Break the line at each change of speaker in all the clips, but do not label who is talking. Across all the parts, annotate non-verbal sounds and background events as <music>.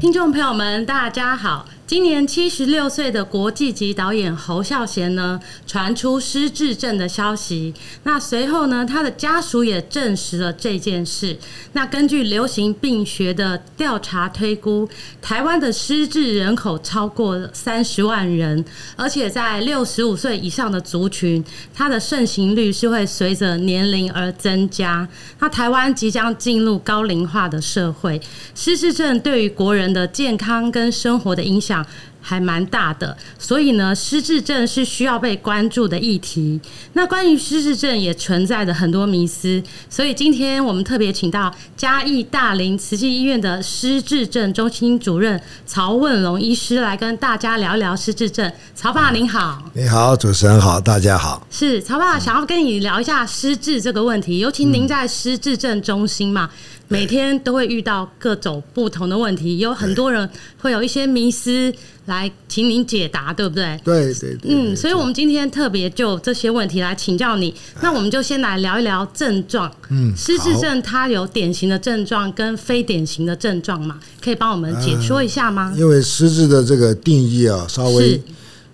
听众朋友们，大家好！今年七十六岁的国际级导演侯孝贤呢，传出失智症的消息。那随后呢，他的家属也证实了这件事。那根据流行病学的调查推估，台湾的失智人口超过三十万人，而且在六十五岁以上的族群，它的盛行率是会随着年龄而增加。那台湾即将进入高龄化的社会，失智症对于国人的健康跟生活的影响还蛮大的，所以呢，失智症是需要被关注的议题。那关于失智症也存在着很多迷思，所以今天我们特别请到嘉义大林慈济医院的失智症中心主任曹问龙医师来跟大家聊聊失智症。曹爸您好，
你好，主持人好，大家好。
是曹爸想要跟你聊一下失智这个问题，尤其您在失智症中心嘛，每天都会遇到各种不同的问题，有很多人会有一些迷思来请您解答，对不对？
对对对，
嗯，
对
所以我们今天特别就这些问题来请教你。那我们就先来聊一聊症状。
嗯
失智
好
症它有典型的症状跟非典型的症状嘛？可以帮我们解说一下吗？
因为失智的这个定义啊，稍微
是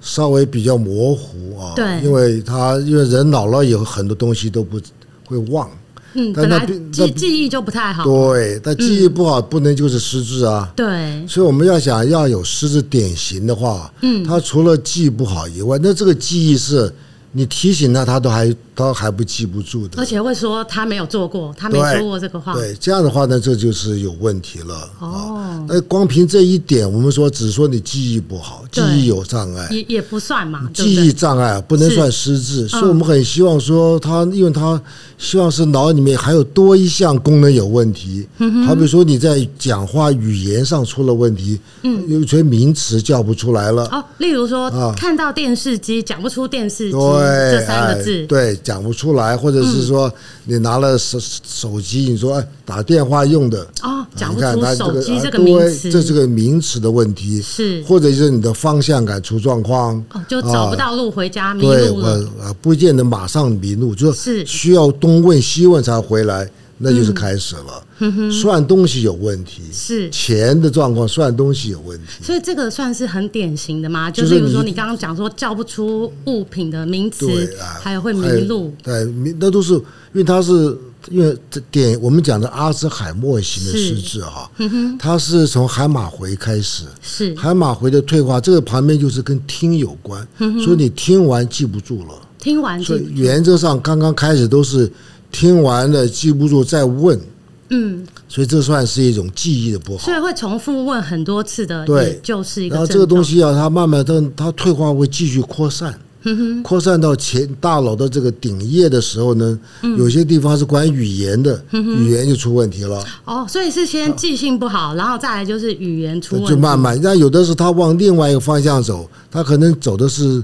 稍微比较模糊啊。
对
因为他因为人老了以后，很多东西都不会忘。
嗯，
但
本
那
来
并
记
那
记忆就不太好。嗯
对，但记忆不好，不能就是失智啊。
对，
所以我们要想要有失智典型的话，嗯，他除了记忆不好以外，那这个记忆是你提醒他，他都还他还不记不住的。
而且会说他没有做过，他没
对
说过这个话。
对，这样的话呢，这就是有问题了。啊
哦，
那光凭这一点，我们说只说你记忆不好，记
对
忆有障碍，
也也不算嘛，对不
记
对？
忆障碍不能
是嗯
算失智，所以我们很希望说他，因为他希望是脑里面还有多一项功能有问题，
嗯
好比说你在讲话语言上出了问题，
嗯
有些名词叫不出来了。
哦，例如说、
啊
看到电视机讲不出电视机
对，
哦这三个字嗯
哎，对，讲不出来，或者是说你拿了手手机，你说哎打电话用的，
哦，讲不
你看
出
它
手机
啊
这个
对
名词，
这是个名词的问题，
是
或者是你的方向感出状况，
哦，就找不到路回家，迷
啊对，
路
我
了。
呃不见得马上迷路，就是
是
需要东问西问才回来，那就是开始了。
嗯
算东西有问题，
是，
钱的状况算东西有问题，
所以这个算是很典型的嘛，就
就是
例如说
你
你刚刚讲说叫不出物品的名
对
词，
啊，
还有会迷路，
还有，对，迷那都是因为它是。因为这点我们讲的阿兹海默型的
是嗯
失智哈，它是从海马回开始，
是
海马回的退化，这个旁边就是跟听有关，
嗯
所以你听完记不住了。
听完
所
就
以原则上刚刚开始都是听完了记不住再问，
嗯，
所以这算是一种记忆的不好
所。以会重复问很多次的，
对
也就是一个
然后这
症
个
状。
东西啊，它慢慢它它退化会继续扩散，
嗯
扩散到前大脑的这个顶叶的时候呢，
嗯
有些地方是管语言的，语言就出问题了，
哦，所以是先记性不好，然后再来就是语言出问题，
就慢慢。啊那有的是它往另外一个方向走，它可能走的是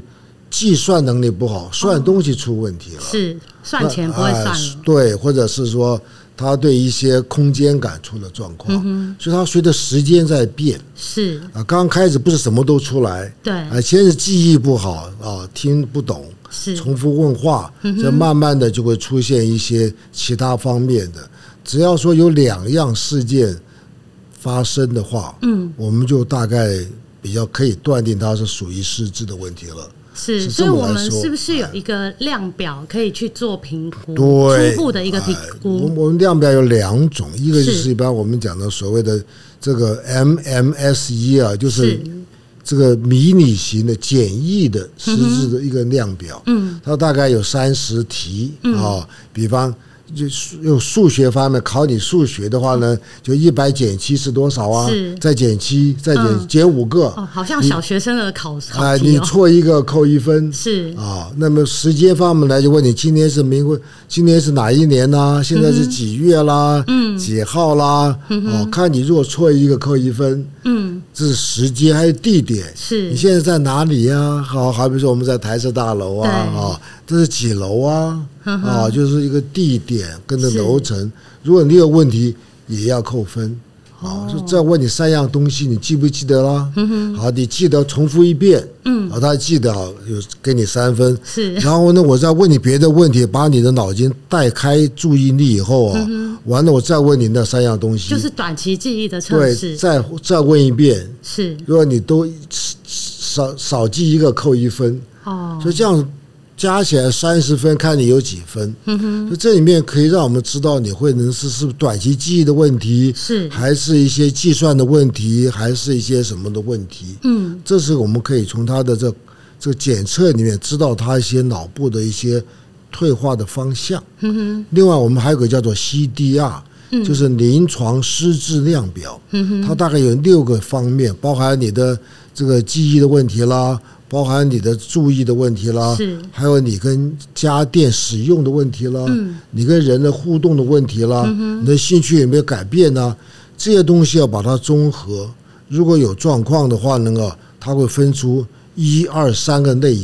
计算能力不好，算东西出问题了。
是算钱哦不会算
哎
了。
对，或者是说他对一些空间感出了状
嗯
况，所以他随着时间在变
是，
啊。刚开始不是什么都出来，
对，
啊，先是记忆不好啊，听不懂，
是
重复问话，这慢慢的就会出现一些其他方面的。只要说有两样事件发生的话，嗯，我们就大概比较可以断定它是属于失智的问题了。
是，
是
所以
这么
我
来
们
说哎
是不是有一个量表可以去做评估，
对哎
初步的一个评
我
估？
我们量表有两种，一个就是是一般我们讲的所谓的这个 MMS 一啊，就是
是
这个迷你型的简易的实质的一个量表。嗯，它大概有三十题啊、比方就是用数学方面考你数学的话呢，就一百减七是多少啊
嗯是？
再减七，再减、
嗯
减五个，
哦，好像小学生的考
啊、
考题
你
哦，
错一个扣一分。
是
啊，那么时间方面来就问你，今年是民国，今年是哪一年啦、现在是几月啦？嗯，几号啦？哦，看你如果错一个扣一分，
嗯
这是时间还有地点。
是
你现在在哪里呀、好，好比说我们在台式大楼啊，
对
啊，这是几楼啊？
嗯哼
啊，就是一个地点跟着
是
楼层。如果你有问题，也要扣分。
哦
啊，就再问你三样东西，你记不记得啦？好，你记得重复一遍。嗯，好，他记得啊，有给你三分。
是
然后呢，我再问你别的问题，把你的脑筋带开注意力以后啊，完了我再问你那三样东西，
嗯就是短期记忆的测
对，
试，
再再问一遍，
是
如果你都少少记一个扣一分，
哦，
所以这样加起来三十分，看你有几分。
嗯哼，
就这里面可以让我们知道你会能是是短期记忆的问题，
是
还是一些计算的问题，还是一些什么的问题。
嗯
这是我们可以从他的这这个检测里面知道他一些脑部的一些退化的方向。
哼嗯哼嗯
另外，我们还有个叫做 CDR，、就是临床失智量表，它大概有六个方面，包含你的这个记忆的问题啦，包含你的注意的问题啦，
是
还有你跟家电使用的问题啦，你跟人的互动的问题啦，你的兴趣有没有改变呢、这些东西要把它综合，如果有状况的话呢，啊它会分出一二三个类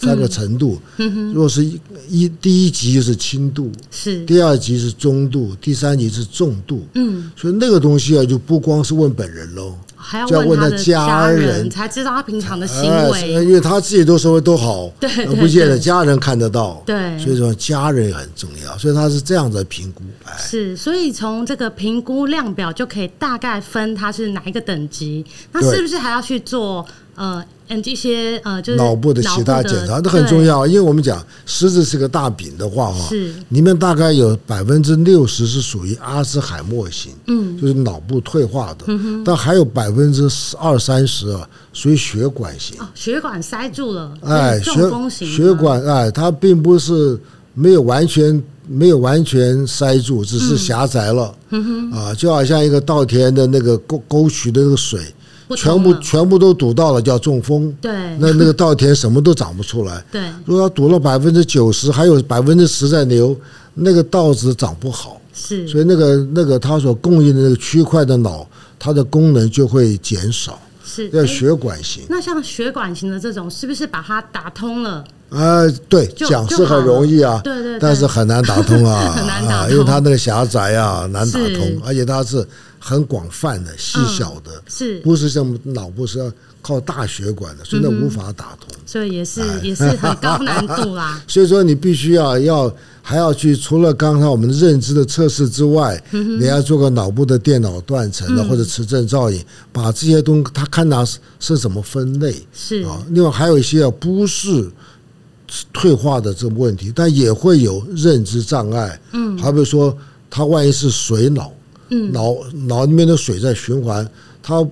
三个程度。如果是一一第一级就是轻度，
是
第二级是中度，第三级是重度。
嗯，
所以那个东西啊，就不光是问本人喽，
还要
就要
问
问
他
他
的
家
家人
人
才知道他平常的行
哎，
为，
因为他自己都稍微都好，
对对
呃不见得
对
家人看得到，
对
所以说家人也很重要，所以他是这样的评估，哎，
是，所以从这个评估量表就可以大概分它是哪一个等级。那
对
是不是还要去做呃嗯一些呃就是
脑部的其
脑
他
部的
检查那很重。要，因为我们讲狮子是个大饼的话
对
哈，
是
里面大概有百分之六十是属于阿兹海默型，嗯，就是脑部退化的，
嗯
但还有百分之二三十啊，属于血管型，
哦，血管塞住了，
哎，
就是
血
中风型啊吗
血管哎，它并不是没有完全没有完全塞住，只
嗯
是狭窄了，啊，就好像一个稻田的那个沟沟渠的那个水，
不通
全部
了
全部都堵到了，叫中风。
对
那那个稻田什么都长不出来，
对
如果它堵了百分之九十，还有百分之十在流，那个稻子长不好，
是
所以那个那个它所供应的那个区块的脑，它的功能就会减少，
是
要
哎
血管型。
那像血管型的这种，是不是把它打通了？
啊，对，
就
讲是很容易啊，
就好了对对对
但是很难打通啊，
<laughs> 很难打
啊
通
因为它那个狭窄啊，难打
是嗯
通，而且它是很广泛的、细小的，
是，
不是像脑部是要靠大血管的，所以那无法打通。。
所以也是也是很高难度啦
所以说，你必须要要还要去除了刚才我们认知的测试之外，
嗯
你要做个脑部的电脑断层啊的、或者磁振造影，把这些东它看它是是怎么分类。 <laughs>
是
啊，另外还有一些啊不是退化的这个问题，但也会有认知障碍。嗯，好比说他万一是水脑，嗯，脑脑里面的水在循环，它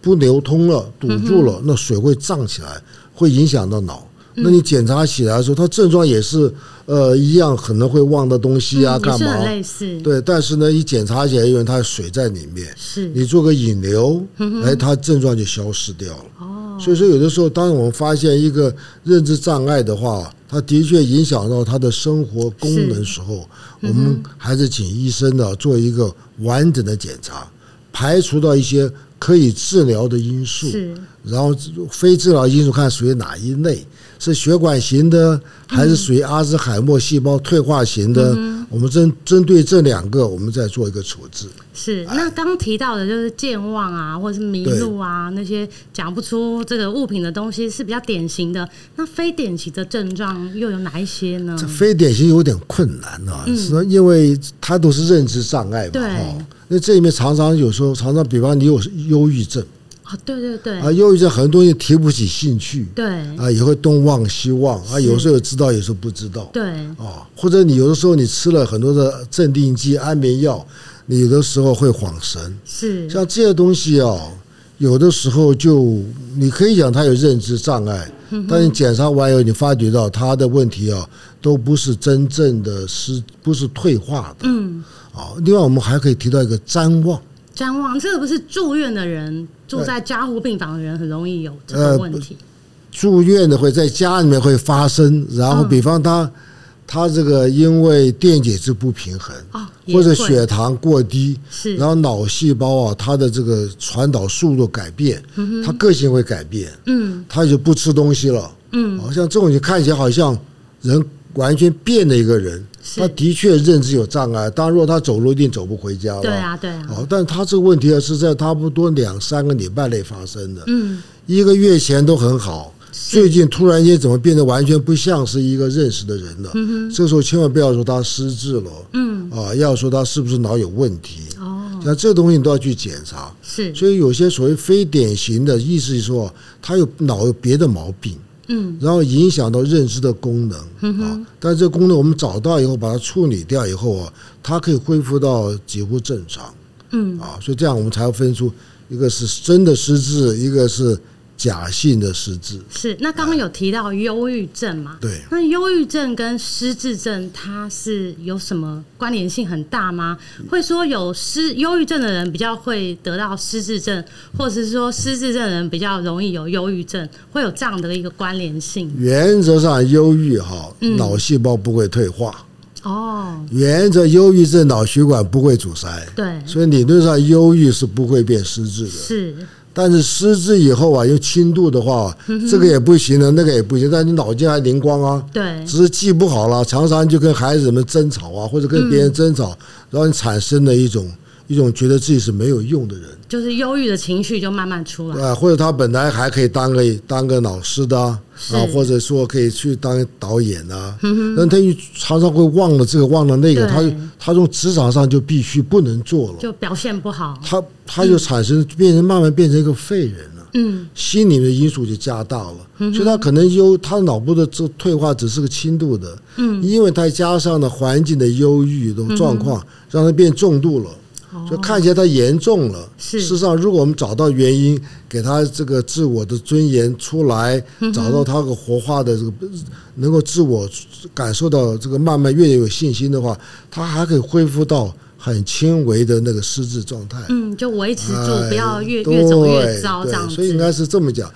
不流通了，堵住
嗯
了，那水会胀起来，会影响到脑。那你检查起来的时候，它症状也是呃一样，可能会忘的东西啊，
嗯也
干
是很
嘛？
类似，
对，但是呢，一检查起来，因为它水在里面，
是
你做个引流，哎，它症状就消失掉了。
嗯哦，
所以说，有的时候，当我们发现一个认知障碍的话，它的确影响到他的生活功能时候，我们还是请医生呢做一个完整的检查，排除到一些可以治疗的因素，
是
然后非治疗因素看属于哪一类，是血管型的，还是属于阿兹海默细胞退化型
嗯
的？我们针针对这两个，我们再做一个处置。
是，那刚提到的就是健忘啊，或者是迷路啊，那些讲不出这个物品的东西是比较典型的。那非典型的症状又有哪一些呢？
这非典型有点困难啊，是说因为它都是认知障碍嘛，
嗯对
哈。那这里面常常有时候常常，比方你有忧郁症
哦，对对对，
啊，忧郁症很多东西提不起兴趣，
对
啊，也会东望西望啊，
是
有时候知道，有时候不知道，
对，
啊，或者你有的时候你吃了很多的镇定剂、安眠药，你有的时候会恍神，
是
像这些东西哦，有的时候就你可以讲他有认知障碍，
嗯
但你检查完以后，你发觉到他的问题啊，都不是真正的失，不是退化的
嗯，
啊。另外，我们还可以提到一个谵妄，
张望这个不是住院的人住在加护病房的人很容易有这个
呃
问题，
住院的会在家里面会发生，然后
嗯
比方他、他这个因为电解质不平衡，
哦，也
呃或者
会
血糖过低，
是
然后脑细胞啊，它的这个传导速度改变，它个性会改变，
嗯
它就不吃东西了。
嗯，
好像这种就看起来好像人完全变了一个人，
是
他的确认知有障碍。当然，如果他走路一定走不回家了。
对啊对啊，
哦，但他这个问题啊是在差不多两三个礼拜内发生的，
嗯
一个月前都很好，最近突然间怎么变得完全不像是一个认识的人了？这时候千万不要说他失智了，
嗯
啊，要说他是不是脑有问题，
哦
像这东西你都要去检查。
是
所以有些所谓非典型的，意思是说他有脑有别的毛病，
嗯
然后影响到认知的功能、啊。但这个功能我们找到以后，把它处理掉以后啊，它可以恢复到几乎正常
嗯
啊。所以这样我们才会分出一个是真的失智，一个是假性的失智。
是。那刚刚有提到忧郁症嘛？
对，
那忧郁症跟失智症它是有什么关联性很大吗？
嗯
会说有失忧郁症的人比较会得到失智症，或者是说失智症的人比较容易有忧郁症，会有这样的一个关联性
原则上忧郁哈
嗯，
脑细胞不会退化；
哦。
原则忧郁症脑血管不会阻塞。
对，
所以理论上，忧郁是不会变失智的。
是
但是失智以后啊，又轻度的话，
嗯
这个也不行了，那个也不行，但你脑筋还灵光啊，
对，
只是记不好了，常常就跟孩子们争吵啊，或者跟别人争
嗯
吵，然后你产生了一种一种觉得自己是没有用的人
就是忧郁的情绪就慢慢出来。
啊，或者他本来还可以当个当个老师的啊，
是嗯
啊或者说可以去当导演啊，但他又常常会忘了这个忘了那个，
对
他就他从职场上就必须不能做了，
就表现不好。
他他就产生变成慢慢变成一个废人了。
嗯，
心理的因素就加大了，所以他可能忧，他脑部的这退化只是个轻度的，嗯，因为他加上了环境的忧郁的状
嗯
况，让他变重度了，就看起来他严重了。
哦是
事实上，如果我们找到原因，给他这个自我的尊严出来，
嗯
找到他个活化的这个，能够自我感受到这个慢慢越有信心的话，他还可以恢复到很轻微的那个失智状态。
嗯，就维持住，
哎
不要越
对
越走越糟这
对
样
所以应
子。
该是这么讲：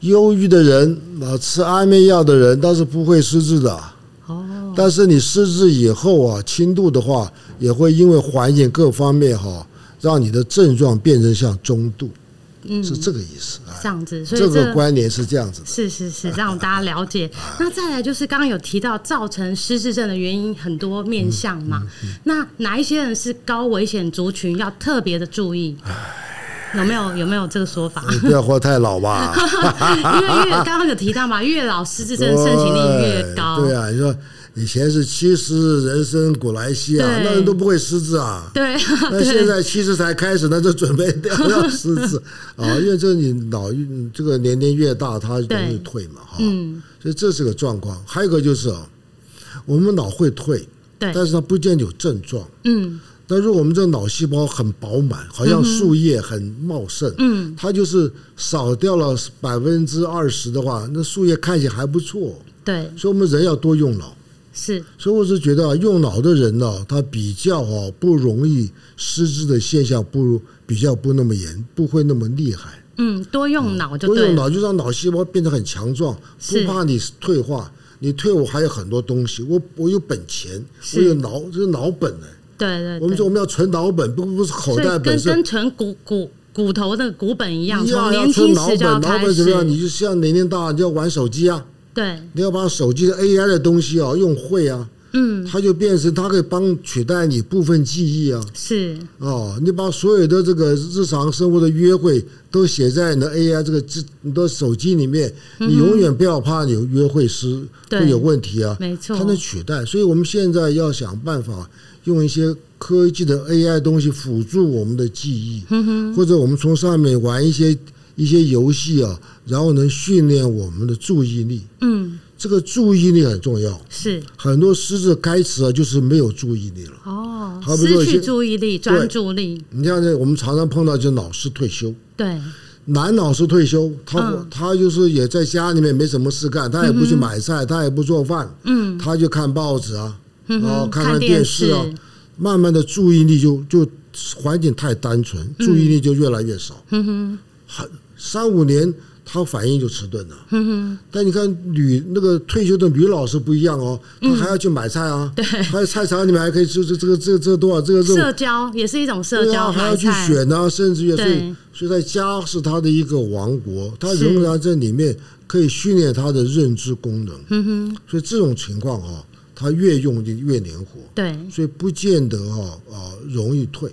忧郁的人啊，吃安眠药的人，倒是不会失智的。
哦，
但是你失智以后啊，轻度的话，也会因为环境各方面哈、让你的症状变成像中度，
嗯，
是这个意思啊。
这样子，所以
这
这
个关联是这样子
<laughs>
的。
是是是，让大家了
<laughs>
解。那再来就是刚刚有提到造成失智症的原因很多面向
嗯
嘛，那哪一些人是高危险族群要特别的注意？有没有有没有这个说
<laughs>
法？
你不要活太老
<laughs>
吧，
因为越刚刚有提到嘛，越老失智症
对
盛行率越高。
对啊，你说以前是七十人生古来稀啊，
对
那人都不会失智啊。
对
<laughs> 那现
对
在七十才开始，那就准备掉 <laughs> 要失智啊，因为这你脑嗯这个年龄越大，它容易退嘛，哈，
嗯
所以这是个状况。还有一个就是啊，我们脑会退，
对
但是它不见得有症状。
嗯
但如果我们这脑细胞很饱满，好像树叶很茂盛，
嗯，
它就是少掉了百分之二十的话，那树叶看起来还不错。
对
所以我们人要多用脑。
是
所以我是觉得啊，用脑的人呢、他比较哦不容易失智的现象不如比较不那么严，不会那么厉害。
嗯，多用脑就
多
对
用
了，
脑就让脑细胞变得很强壮，
是
不怕你退化。你退我还有很多东西，我我有本钱，
是
我有脑，这是脑本呢、
对对
我们
对
说。我们要存脑本，不不是口
所以
袋本，
跟
是
跟存骨骨骨头的骨本一样，
一
从
样要
年
存
轻
脑
时
本。
就要
脑
开
本怎么样？
始。
你就像年龄大，你就要玩手机啊，
对，
你要把手机的 AI 的东西啊用会啊，
嗯，
它就变成它可以帮取代你部分记忆啊。
是
哦，你把所有的这个日常生活的约会都写在你的 AI 这个这你的手机里面，你永远不要怕有约会失
嗯对
会有问题啊，
没错
它能取代。所以我们现在要想办法用一些科技的 AI 东西辅助我们的记忆，
嗯
或者我们从上面玩一些一些游戏啊，然后能训练我们的注意力。
嗯
这个注意力很重要，
是
很多失智开始啊就是没有注意力了。
哦，
好比说有
失
些
去注意力、专注力，
你像这我们常常碰到就是老师退休，
对，
男老师退休，他不、他就是也在家里面没什么事干，他也不去买菜，他也不做饭，嗯，他就看报纸啊，然后
嗯
看
看
电
电
视啊，
视
慢慢的注意力就就环境太单纯，注意力就越来越少，嗯很三五年他反应就迟钝了，嗯但你看女那个退休的女老师不一样哦，她还要去买菜啊，对，还有菜场里面还可以吃这这个这个这个多少这个肉。
社交也是一种社
对
交，
啊，还要
买
去
菜
选啊，甚至于所以
对
所以在家是他的一个王国，他
是
仍然在里面可以训练他的认知功能。嗯哼，所以这种情况啊，他越用力越灵活，
对，
所以不见得啊啊容易退，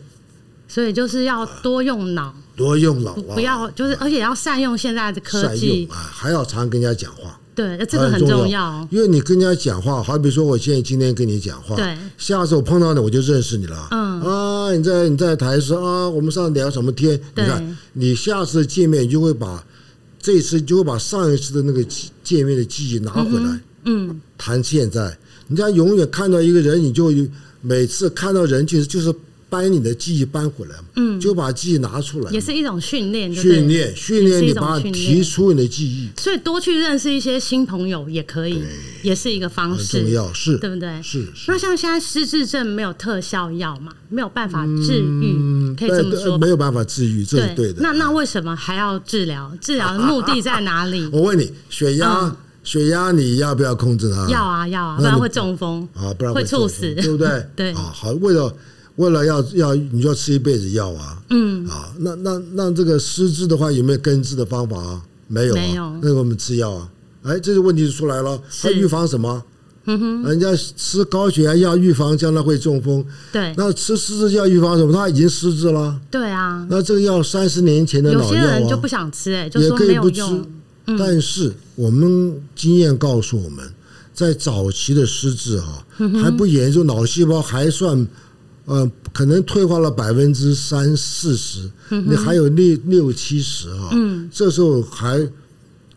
所以就是要多用脑，
多用脑啊，
不要就是，而且要善用现在的科
善用
技，
啊，还要常跟人家讲话。
对，呃这个
很
很
重
重
要
要。
因为你跟人家讲话，好比说我现在今天跟你讲话，
对
下次我碰到你我就认识你了，
嗯
啊，你在你在台上啊，我们上次聊什么天？你
对
看你下次见面你就会把这一次就会把上一次的那个记见面的记忆拿回来，
嗯，
谈现在。人家永远看到一个人，你就每次看到人就是就是搬你的记忆搬回来嘛，嗯，就把记忆拿出来嘛，
也是一种训练，就对
训。练训练
也是一
你
种
把它
训
提
练
出你的记忆
所以多去认识一些新朋友也可以，也是一个方
很重
式，
要，是
对不对？
是是
那像现在失智症没有特效药嘛，没有办法治
嗯
愈，可以这么
但呃
说吧
没？有办法治愈，这是对的。？
那那为什么还要治疗？治疗的目的在哪里
<laughs> 我问你，血压、血压你要不要控制它？
嗯要啊要啊，
那
不
你
然会中风
啊，不然
会
猝
猝死，？
对不对
<laughs> 对
啊，好，为了为了要要你就要吃一辈子药啊，嗯啊，那那那这个失智的话有没有根治的方法啊？没有啊，
没有
那我们吃药啊，哎，这个问题就出来了，它
是
预防什么？嗯哼，人家吃高血压药预防将来会中风，
对
那吃失智药预防什么？他已经失智了，
对啊，
那这个药三十年前的
有
老
些
药啊，
人就不想吃，哎，就
也
说
可
没
以
有
不吃
用，。嗯
但是我们经验告诉我们，在早期的失智哈、
嗯
还不严重，脑细胞还算。呃，可能退化了百分之三四十，
嗯
你还有六六七十啊，这时候还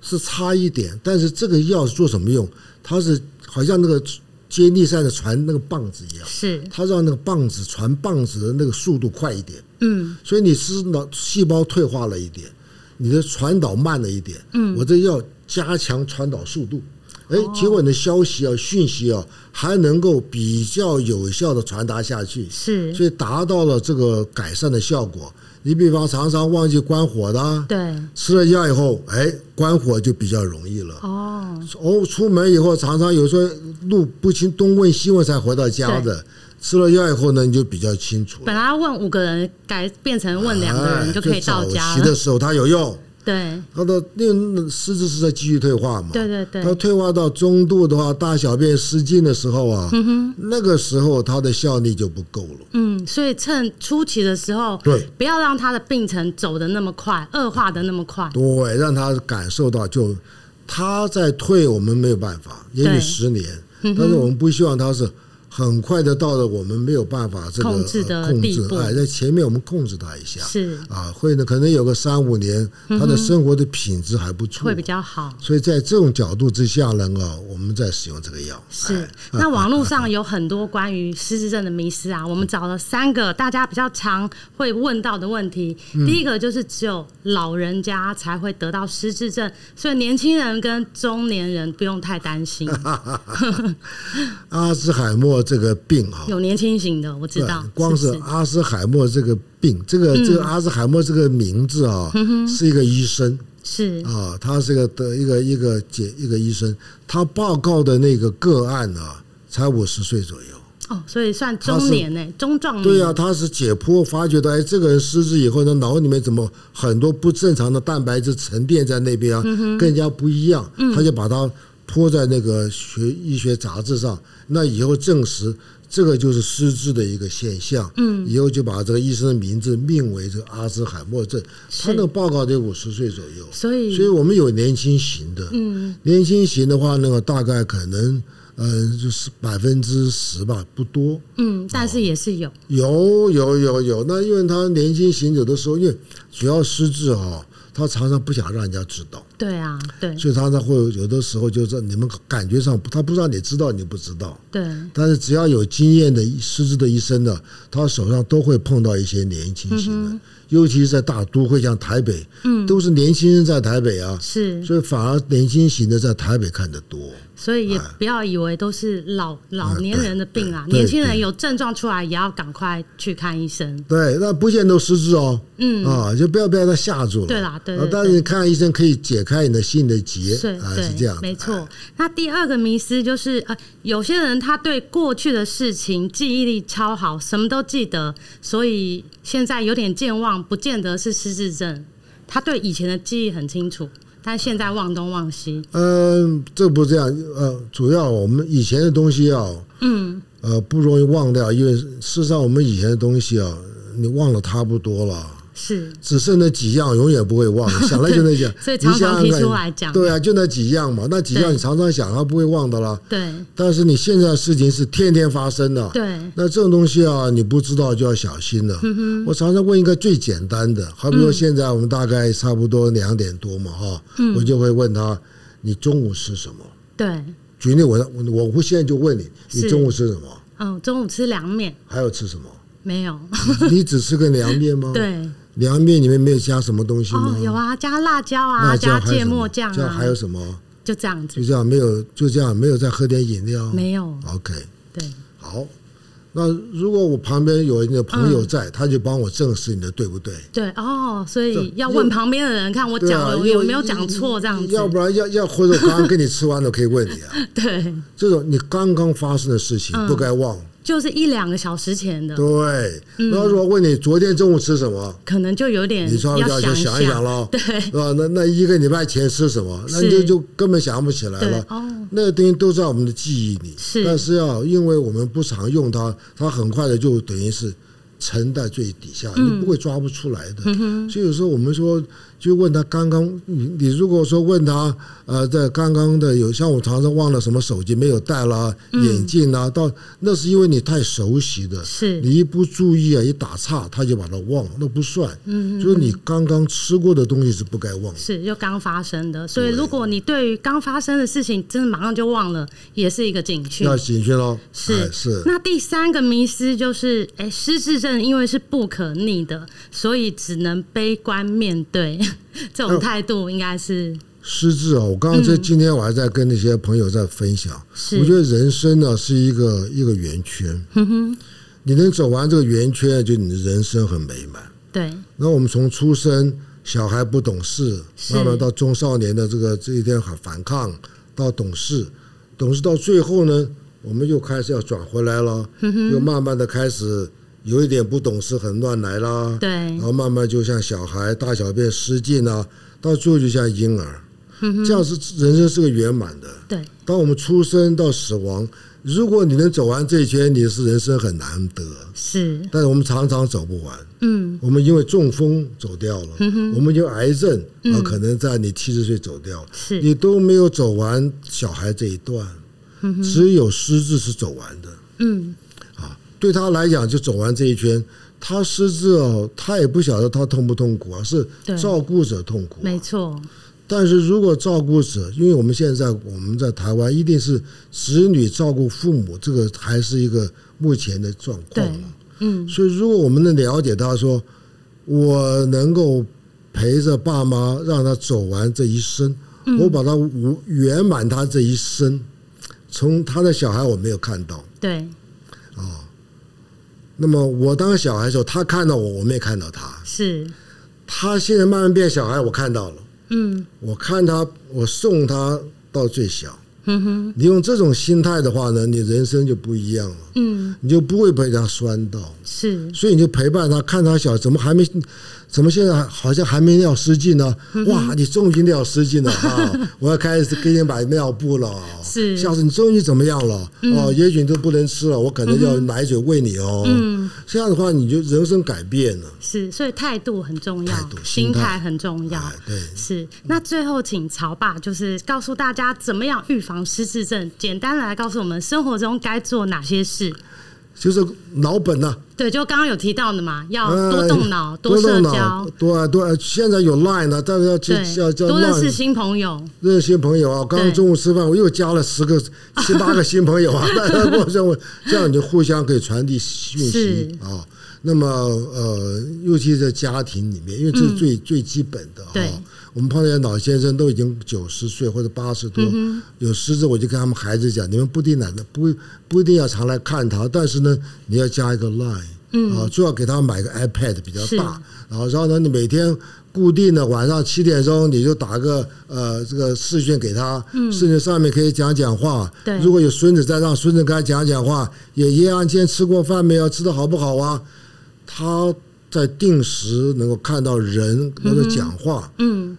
是差一点。但是这个药是做什么用？它是好像那个接力赛的传那个棒子一样，
是，
它让那个棒子传棒子的那个速度快一点，
嗯，
所以你是脑细胞退化了一点，你的传导慢了一点，嗯，我这要加强传导速度，哎，结果你的消息啊、讯息啊，还能够比较有效的传达下去，
是，
所以达到了这个改善的效果。你比方常常忘记关火的啊，
对，
吃了药以后，哎，关火就比较容易了。
哦，
哦，出门以后常常有时候路不清，东问西问才回到家的。吃了药以后呢，你就比较清楚了。
本来要问五个人，改变成问两个
哎
人就可以到家
最早期
了
的，时候它有用，
对，
它的因为失智是在继续退化嘛。
对对对
它退化到中度的话，大小便失禁的时候啊，那个时候它的效力就不够了。
嗯，所以趁初期的时候，
对
不要让他的病程走的那么快，恶化的那么快，
对，啊让他感受到就他在退，我们没有办法，也许
对嗯
十年，但是我们不希望他是很快的到了我们没有办法这个
控制的
呃控
地
制，
步
哎，在前面我们控制他一下，
是嗯
啊，会呢，可能有个三五年，他的生活的品质还不错
会，比较好。
所以在这种角度之下呢，啊，我们在使用这个药，
是， <laughs> 那网络上有很多关于失智症的迷思啊，我们找了三个大家比较常会问到的问题。
嗯
第一个就是只有老人家才会得到失智症，所以年轻人跟中年人不用太担
<laughs>
心。
阿兹海默这个病啊，
有年轻型的，我知
对，
道，
光是
是嗯不是
阿兹海默这个病，这个这个阿兹海默这个名字啊，
嗯
是一个医生。
是
啊，他是个的一个一个姐一个医生，他报告的那个个案啊，才五十岁左右。
哦，所以算
他
中
是
年呢、欸中壮年。
对啊呀、他是解剖发觉到，哎，这个人失智以后呢，脑里面怎么很多不正常的蛋白质沉淀在那边啊，跟人家不一样，他就把它泼在那个学医学杂志上，那以后证实这个就是失智的一个现象，嗯，以后就把这个医生的名字命为这个阿兹海默症，他那个报告得五十岁左右，
所以
所以我们有年轻型的，年轻型的话呢，大概可能。嗯，就是百分之十吧，不多。
嗯，但是也是有，
有有有有，那因为他年轻型有的时候，因为主要失智哈，他常常不想让人家知道，
对啊，对
所以常常会有有的时候就是你们感觉上他不让你知道，你不知道。
对，
但是只要有经验的失智的医生呢，他手上都会碰到一些年轻型的，尤其是在大都会，像台北，嗯，都是年轻人在台北啊，
是，
所以反而年轻型的在台北看得多。
所以也不要以为都是老老年人的病啦，
哎对
年轻人
对
有症状出来也要赶快去看医生。
对，那不见得失智哦，
嗯
啊，就不要被他吓住了。
对啦对
啊
对
但是你看医生可以解开你的心里的结
是，
啊，
对，
是这样的，
没
哎
错。那第二个迷思就是，呃，有些人他对过去的事情记忆力超好，什么都记得，所以现在有点健忘，不见得是失智症。他对以前的记忆很清楚，但现在忘东忘西。
嗯，这不这样，呃，主要我们以前的东西啊，
嗯，
呃，不容易忘掉，因为事实上我们以前的东西啊，你忘了差不多了。
是，
只剩那几样，永远不
<laughs>。
会忘，想了就那几样
所以
你
常
想
常
想
提
看
出来讲。
对啊，就那几样嘛，那几
对
样你常常想，它不会忘的啦。
对
但是你现在的事情是天天发生的，
对
那这种东西啊，你不知道就要小心了。
嗯
我常常问一个最简单的，好比说现在我们大概差不多两点多嘛，哈、
嗯
我就会问他，你中午吃什么？
对，
举例我，我我现在就问你，
是
你中午吃什么？
嗯，中午吃凉面
还有吃什
<laughs>
么？
没
<laughs>
有？
你只吃个凉面吗？，
对，
凉面里面没有加什么东西吗
哦，？有啊，加辣椒啊，
辣椒
加
还
芥
有什
末
么
酱
这样
啊
还，有什么？
就这样子
就，这样没有，就这样没有再喝点饮料。
没有，
OK，
对，
好。那如果我旁边有你的朋
嗯
友在，他就帮我证实你的对不对？
对哦，所以
这
要问旁边的人看我
对
讲
啊
了、我
因为
有没有讲错这样
要
子，
不然要要或者我刚刚跟你吃完的，我可以
<laughs>
问你啊，
对，
这种你刚刚发生的事情
嗯
不该忘。
就是一两个小时前的，
对，那如果问你昨天中午吃什么，
可能就有点
你稍
嗯
微
要
就
一
想一想喽，
对
是吧？那那一个礼拜前吃什么，那你就是就根本想不起来
对
了。
哦，
那个东西都在我们的记忆里，
是
但是啊，因为我们不常用它，它很快的就等于是沉在最底下，
嗯
你不会抓不出来的。所以有时候我们说，就问他刚刚，你你如果说问他，呃，在刚刚的有像我常常忘了什么手机没有带啦、眼镜啦，到那是因为你太熟悉的，
嗯是
你一不注意啊，一打岔他就把它忘了，那不算。就是你刚刚吃过的东西是不该忘的。
嗯是就刚发生的，所以如果你对于刚发生的事情真的马上就忘了，也是一个警讯
要。警讯喽，
是
哎是，
那第三个迷思就是，哎、失智症因为是不可逆的，所以只能悲观面对。 <laughs> 这种态度应该是
失智哦，我刚刚这今天我还在跟那些朋友在分享，
嗯是嗯
我觉得人生呢是一个一个圆圈，你能走完这个圆圈，就你的人生很美满。
对，
那我们从出生小孩不懂事，
是
慢慢到中少年的这个这一天很反抗，到懂事，懂事到最后呢，我们又开始要转回来了，
嗯
又慢慢的开始有一点不懂事，很乱来啦，
对
然后慢慢就像小孩大小便失禁啊，到最后就像婴儿，这样是人生是个圆满的。
对，
当我们出生到死亡，如果你能走完这一圈，你是人生很难得。
是，
但是我们常常走不完，
嗯，
我们因为中风走掉了，我们因为癌症啊，可能在你七十岁走掉了，
是
你都没有走完小孩这一段，只有失智是走完的
嗯，
啊。对他来讲，就走完这一圈，他失智哦，他也不晓得他痛不痛苦啊，是
对
照顾者痛苦啊、
没错，
但是如果照顾者，因为我们现在我们在台湾，一定是子女照顾父母，这个还是一个目前的状况
对
啊。
嗯，
所以，如果我们能了解他说，我能够陪着爸妈，让他走完这一生，
嗯
我把他无圆满他这一生。从他的小孩我没有看到，
对，
那么我当小孩的时候，他看到我，我没看到他。
是，
他现在慢慢变小孩，我看到了，
嗯，
我看他，我送他到最小。
嗯哼，
你用这种心态的话呢，你人生就不一样了，
嗯，
你就不会被他拴到。
是，
所以你就陪伴他，看他小，怎么还没，怎么现在好像还没尿失禁呢？
嗯
哇，你终于尿失禁
<laughs>
了啊！我要开始给你买尿布了。
是嗯
下次你终于怎么样了？哦，也许你都不能吃了，我可能要奶嘴喂你哦。嗯，这样的话你就人生改变了。
是，所以态度很重要
态度，
心
心态
态很重要。
哎，对，
是，那最后请曹爸就是告诉大家怎么样预防失智症，简单的来告诉我们生活中该做哪些事。
就是脑本啊呐、
对，就刚刚有提到的嘛，要
哎
多动脑、
多
社交
动脑，，多多。现在有 Line 了、但是要去
对，
要要
多认识
Line
新朋友。
认识新朋友啊。刚刚
对
中午吃饭，我又加了十个、
<laughs>
七八个新朋友啊。大家跟我认为这样你就互相可以传递讯息
是
啊。那么呃，尤其在家庭里面，因为这是最、最基本的哈、
嗯对
我们碰见老先生都已经九十岁或者八十多，
嗯
有失智，我就跟他们孩子讲，你们不一定来，不不一定要常来看他，但是呢，你要加一个 Line，、啊，最好给他买个 iPad 比较
嗯是
大，然后然后呢，你每天固定的晚上七点钟你就打个呃这个视讯给他，视讯上面可以讲讲
嗯
话，
对
如果有孙子在，让孙子跟他讲讲话，也一样，今天吃过饭没有，吃的好不好啊？他在定时能够看到人，能够讲话，
嗯，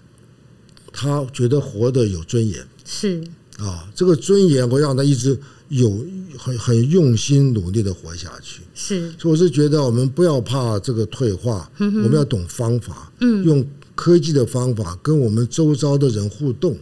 他觉得活得有尊严
是，
啊，这个尊严会让他一直有很很用心努力的活下去。
是，
所以我是觉得我们不要怕这个退化，
嗯
我们要懂方法，用科技的方法跟我们周遭的人互动。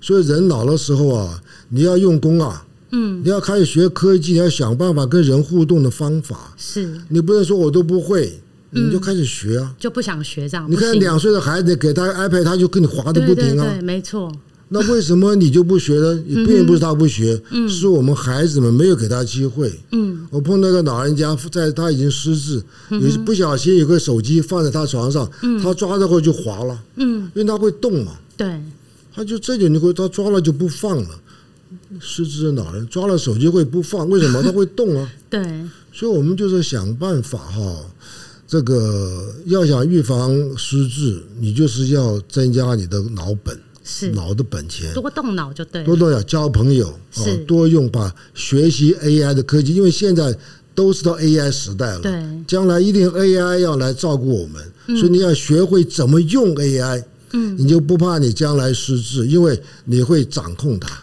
所以人老的时候啊，你要用功啊，
嗯，
你要开始学科技，你要想办法跟人互动的方法。
是，
你不能说我都不会，你就开始学啊。
就不想学这样。嗯
你
不
看
行
两岁的孩子，给他 iPad，他就跟你划的
对
不
对
停啊。
对，没错，
那为什么你就不学呢？
嗯
也并不是他不学，是我们孩子们没有给他机会。
嗯，
我碰到一个老人家，在他已经失智，有不小心有个手机放在他床上，他抓着后就滑了，
嗯，
因为他会动嘛，
对，
他就这就你会他抓了就不放了。失智的老人抓了手机会不放，为什么？他会
<laughs>
动啊。
对，
所以我们就是想办法哈，这个要想预防失智，你就是要增加你的脑本，
是，
脑的本钱。
多动脑就对
多
了。
多要交朋友，哦
是，
多用把学习 AI 的科技，因为现在都是到 AI 时代了，
对，嗯
将来一定 AI 要来照顾我们，所以你要学会怎么用 AI，嗯，你就不怕你将来失智，因为你会掌控它。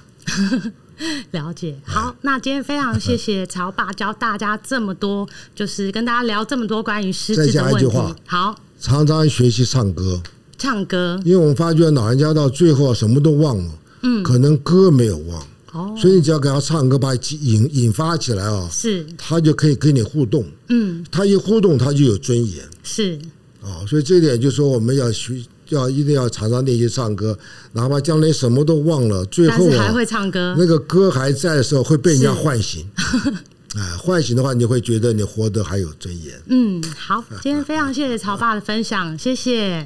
了解。好，那今天非常谢
哎
谢曹爸教大家这么多，就是跟大家聊这么多关于失智
再
的
加一句
问题
话。
好，
常常学习唱歌，
唱歌
因为我们发觉老人家到最后什么都忘了，嗯，可能歌没有忘，
哦，
所以你只要给他唱歌，把它引引发起来啊，
是，
他就可以跟你互动，
嗯，
他一互动他就有尊严。
是，
啊、所以这一点就是说我们要学，要一定要常常练习唱歌，哪怕将来什么都忘了，最
但
后
是还
啊，
会唱歌。
那个歌还在的时候会被人家
是 <laughs>
唤醒。哎，唤醒的话，你会觉得你活得还有尊严。
嗯，好，今天非常谢谢曹爸的分享，谢谢。